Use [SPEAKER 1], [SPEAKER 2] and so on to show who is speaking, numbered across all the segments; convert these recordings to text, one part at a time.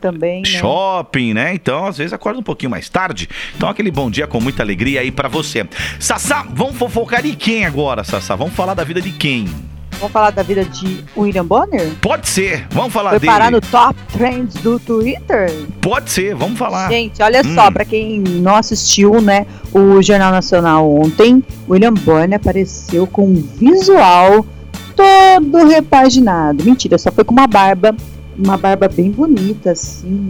[SPEAKER 1] também. Né?
[SPEAKER 2] Shopping, né? Então, às vezes acorda um pouquinho mais tarde. Então, aquele bom dia com muita alegria aí pra você. Sassá, vamos fofocar de quem agora, Sassá? Vamos falar da vida de quem?
[SPEAKER 1] Vamos falar da vida de William Bonner?
[SPEAKER 2] Pode ser, vamos falar
[SPEAKER 1] Foi
[SPEAKER 2] dele.
[SPEAKER 1] parar no top trends do Twitter?
[SPEAKER 2] Pode ser, vamos falar.
[SPEAKER 1] Gente, olha
[SPEAKER 2] Hum.
[SPEAKER 1] só, pra quem não assistiu, né, o Jornal Nacional ontem, William Bonner apareceu com um visual todo repaginado. Mentira, só foi com uma barba, uma barba bem bonita, assim,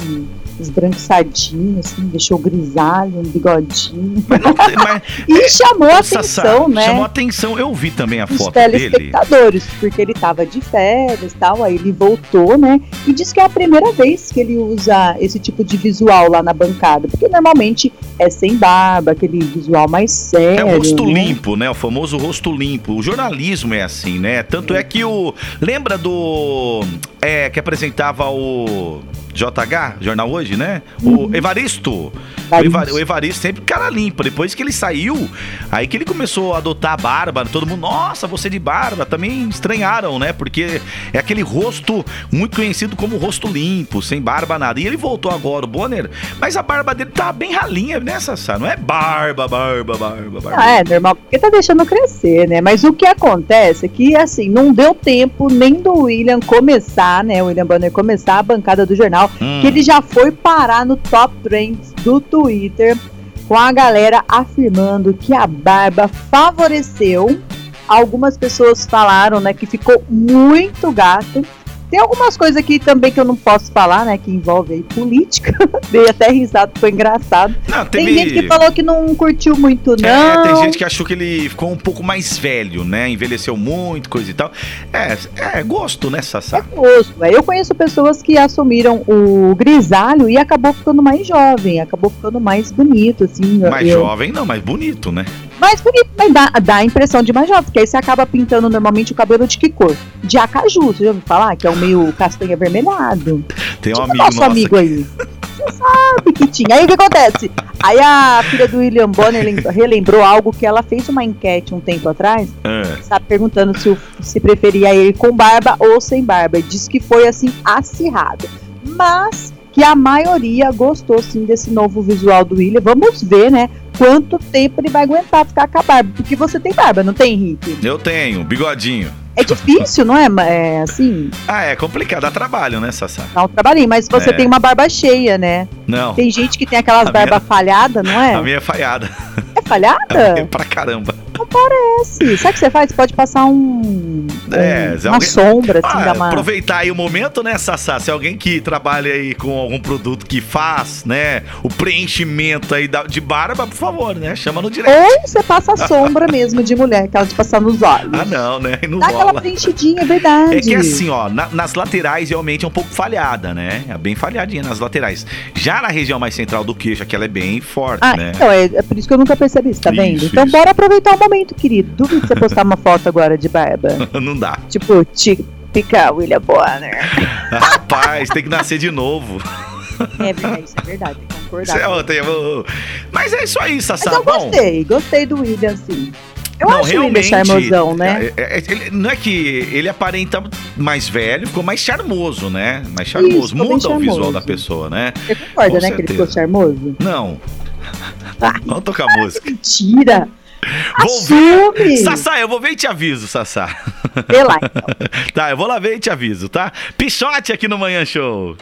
[SPEAKER 1] esbranquiçadinha, assim, deixou grisalho, um bigodinho.
[SPEAKER 2] Mas não tem- mas-
[SPEAKER 1] E chamou a atenção,
[SPEAKER 2] Sassá,
[SPEAKER 1] né?
[SPEAKER 2] Chamou atenção, eu vi também a
[SPEAKER 1] os
[SPEAKER 2] foto dele.
[SPEAKER 1] telespectadores, porque ele estava de férias tal, aí ele voltou, né? E diz que é a primeira vez que ele usa esse tipo de visual lá na bancada, porque normalmente é sem barba, aquele visual mais
[SPEAKER 2] É
[SPEAKER 1] sério.
[SPEAKER 2] o rosto
[SPEAKER 1] né?
[SPEAKER 2] limpo, né? O famoso rosto limpo. O jornalismo é assim, né? Tanto é que o. Lembra do. É, que apresentava o. JH, Jornal Hoje, né? O
[SPEAKER 1] Uhum.
[SPEAKER 2] Evaristo. O,
[SPEAKER 1] Daí,
[SPEAKER 2] Eva- o Evaristo sempre cara limpo. Depois que ele saiu, aí que ele começou a adotar a barba, todo mundo, nossa, você de barba. Também estranharam, né? Porque é aquele rosto muito conhecido como rosto limpo, sem barba, nada. E ele voltou agora, o Bonner, mas a barba dele tá bem ralinha, né, Sassá? Não é barba, barba, barba, barba.
[SPEAKER 1] Ah, é normal, porque tá deixando crescer, né? Mas o que acontece é que, assim, não deu tempo nem do William começar, né? O William Bonner começar a bancada do jornal.
[SPEAKER 2] Hum.
[SPEAKER 1] é que ele já foi parar no top trends do Twitter com a galera afirmando que a barba favoreceu. Algumas pessoas falaram, né, que ficou muito gato. Tem algumas coisas aqui também que eu não posso falar, né, que envolve aí política. Dei até risada, foi engraçado.
[SPEAKER 2] Não,
[SPEAKER 1] Tem
[SPEAKER 2] teve...
[SPEAKER 1] gente que falou que não curtiu muito, não.
[SPEAKER 2] É, tem gente que achou que ele ficou um pouco mais velho, né? Envelheceu muito, coisa e tal. É, é gosto, né, Sassá?
[SPEAKER 1] gosto. né? Eu conheço pessoas que assumiram o grisalho e acabou ficando mais jovem, acabou ficando mais bonito, assim.
[SPEAKER 2] Mais
[SPEAKER 1] eu,
[SPEAKER 2] jovem não, mas bonito, né?
[SPEAKER 1] Mais bonito, mas dá, dá a impressão de mais jovem, porque aí você acaba pintando normalmente o cabelo de que cor? De acaju, você já ouviu falar? Que é o meio castanho avermelhado.
[SPEAKER 2] Tem um
[SPEAKER 1] Tinha
[SPEAKER 2] amigo
[SPEAKER 1] nosso
[SPEAKER 2] nosso.
[SPEAKER 1] amigo aí. Você sabe que tinha. Aí o que acontece? Aí a filha do William Bonner lem- relembrou algo que ela fez uma enquete um tempo atrás,
[SPEAKER 2] É.
[SPEAKER 1] sabe, Tá perguntando se, o- se preferia ele com barba ou sem barba. E disse que foi assim, acirrado. Mas que a maioria gostou sim desse novo visual do William. Vamos ver, né? Quanto tempo ele vai aguentar ficar com a barba. Porque você tem barba, não tem, Henrique?
[SPEAKER 2] Eu tenho, bigodinho.
[SPEAKER 1] É difícil, não é? ma- É assim,
[SPEAKER 2] Ah, é complicado, dá trabalho, né, Sassá?
[SPEAKER 1] dá um trabalhinho, mas você
[SPEAKER 2] É.
[SPEAKER 1] tem uma barba cheia, né?
[SPEAKER 2] Não,
[SPEAKER 1] Tem gente que tem aquelas
[SPEAKER 2] A minha-
[SPEAKER 1] barbas falhadas, não é?
[SPEAKER 2] a minha é falhada.
[SPEAKER 1] É
[SPEAKER 2] A minha
[SPEAKER 1] falhada? É,
[SPEAKER 2] é pra caramba.
[SPEAKER 1] Sim. Sabe o que você faz? Você pode passar um.
[SPEAKER 2] É,
[SPEAKER 1] um-
[SPEAKER 2] se
[SPEAKER 1] uma
[SPEAKER 2] alguém-
[SPEAKER 1] sombra, assim,
[SPEAKER 2] Ah,
[SPEAKER 1] dá uma.
[SPEAKER 2] aproveitar aí o momento, né, Sassá? Se alguém que trabalha aí com algum produto que faz, né, o preenchimento aí da- de barba, por favor, né, chama no direct.
[SPEAKER 1] Ou você passa a sombra mesmo de mulher, aquela de passar nos olhos.
[SPEAKER 2] Ah, não, né, não
[SPEAKER 1] Dá É aquela
[SPEAKER 2] rola.
[SPEAKER 1] preenchidinha, é verdade.
[SPEAKER 2] É que assim, ó, na- nas laterais realmente é um pouco falhada, né? É bem falhadinha nas laterais. Já na região mais central do queixo, aquela é bem forte,
[SPEAKER 1] Ah,
[SPEAKER 2] né?
[SPEAKER 1] então, é, é por isso que eu nunca percebi isso, tá
[SPEAKER 2] Isso,
[SPEAKER 1] vendo? Então,
[SPEAKER 2] isso.
[SPEAKER 1] bora aproveitar o momento, querido. Duvido de você postar uma foto agora de barba.
[SPEAKER 2] Não dá.
[SPEAKER 1] Tipo, típica William Bonner.
[SPEAKER 2] Rapaz, tem que nascer de novo.
[SPEAKER 1] É verdade, isso é verdade, tem que concordar.
[SPEAKER 2] Isso é outra- eu- Mas é isso aí,
[SPEAKER 1] Mas
[SPEAKER 2] Sassá.
[SPEAKER 1] eu
[SPEAKER 2] Bom,
[SPEAKER 1] gostei, gostei do William, sim. Eu
[SPEAKER 2] Não,
[SPEAKER 1] acho o William
[SPEAKER 2] realmente,
[SPEAKER 1] charmosão, né?
[SPEAKER 2] é- é- ele- não é que ele aparenta mais velho, ficou mais charmoso, né? Mais
[SPEAKER 1] Isso,
[SPEAKER 2] charmoso.
[SPEAKER 1] ficou bem
[SPEAKER 2] Muda o visual
[SPEAKER 1] charmoso.
[SPEAKER 2] da pessoa, né?
[SPEAKER 1] Você concorda, né,
[SPEAKER 2] com
[SPEAKER 1] que ele
[SPEAKER 2] certeza.
[SPEAKER 1] ficou charmoso?
[SPEAKER 2] Não.
[SPEAKER 1] Ah.
[SPEAKER 2] Vamos tocar a música.
[SPEAKER 1] Mentira!
[SPEAKER 2] Vou
[SPEAKER 1] Assume!
[SPEAKER 2] Sassá, eu vou ver e te aviso, Sassá.
[SPEAKER 1] Vê lá, então.
[SPEAKER 2] Tá, eu vou lá ver e te aviso, tá? Pichote aqui no Manhã Show.